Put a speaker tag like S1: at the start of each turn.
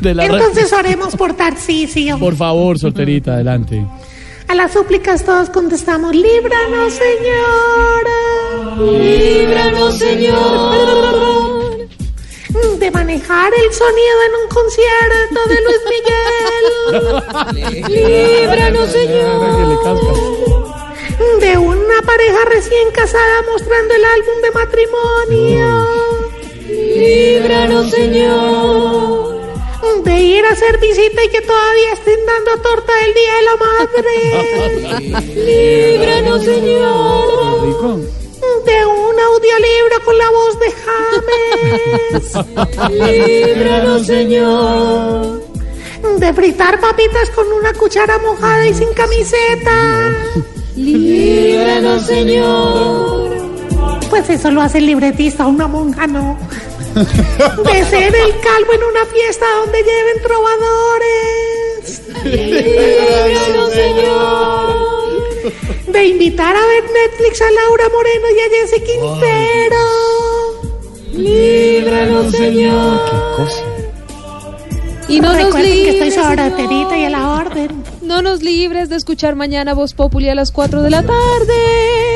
S1: De la ra-
S2: Entonces oremos por Tarcisio.
S1: Por favor, solterita, adelante.
S2: A las súplicas todos contestamos, líbranos, Señor. Líbranos, Señor. De manejar el sonido en un concierto de Luis Miguel. Líbranos,
S1: Que le casca.
S2: Señor. De una pareja recién casada mostrando el álbum de matrimonio. Líbranos, Señor. De ir a hacer visita y que todavía estén dando torta el día de la madre. Líbranos, Señor.
S1: Rico.
S2: De un audiolibro con la voz de James. Líbranos, Señor. De fritar papitas con una cuchara mojada y sin camiseta. Líbranos, Señor. Pues eso lo hace el libretista, una monja no. De ser el calvo en una fiesta donde lleven trovadores. Líbranos, Señor de invitar a ver Netflix a Laura Moreno y a Jesse Quintero. Líbranos, Señor.
S3: Y no nos
S2: Recuerden que estoy
S3: libres,
S2: sobre
S3: Señor.
S2: Terita y a la orden.
S3: no nos libres de escuchar mañana Voz Populi a las 4 de la tarde.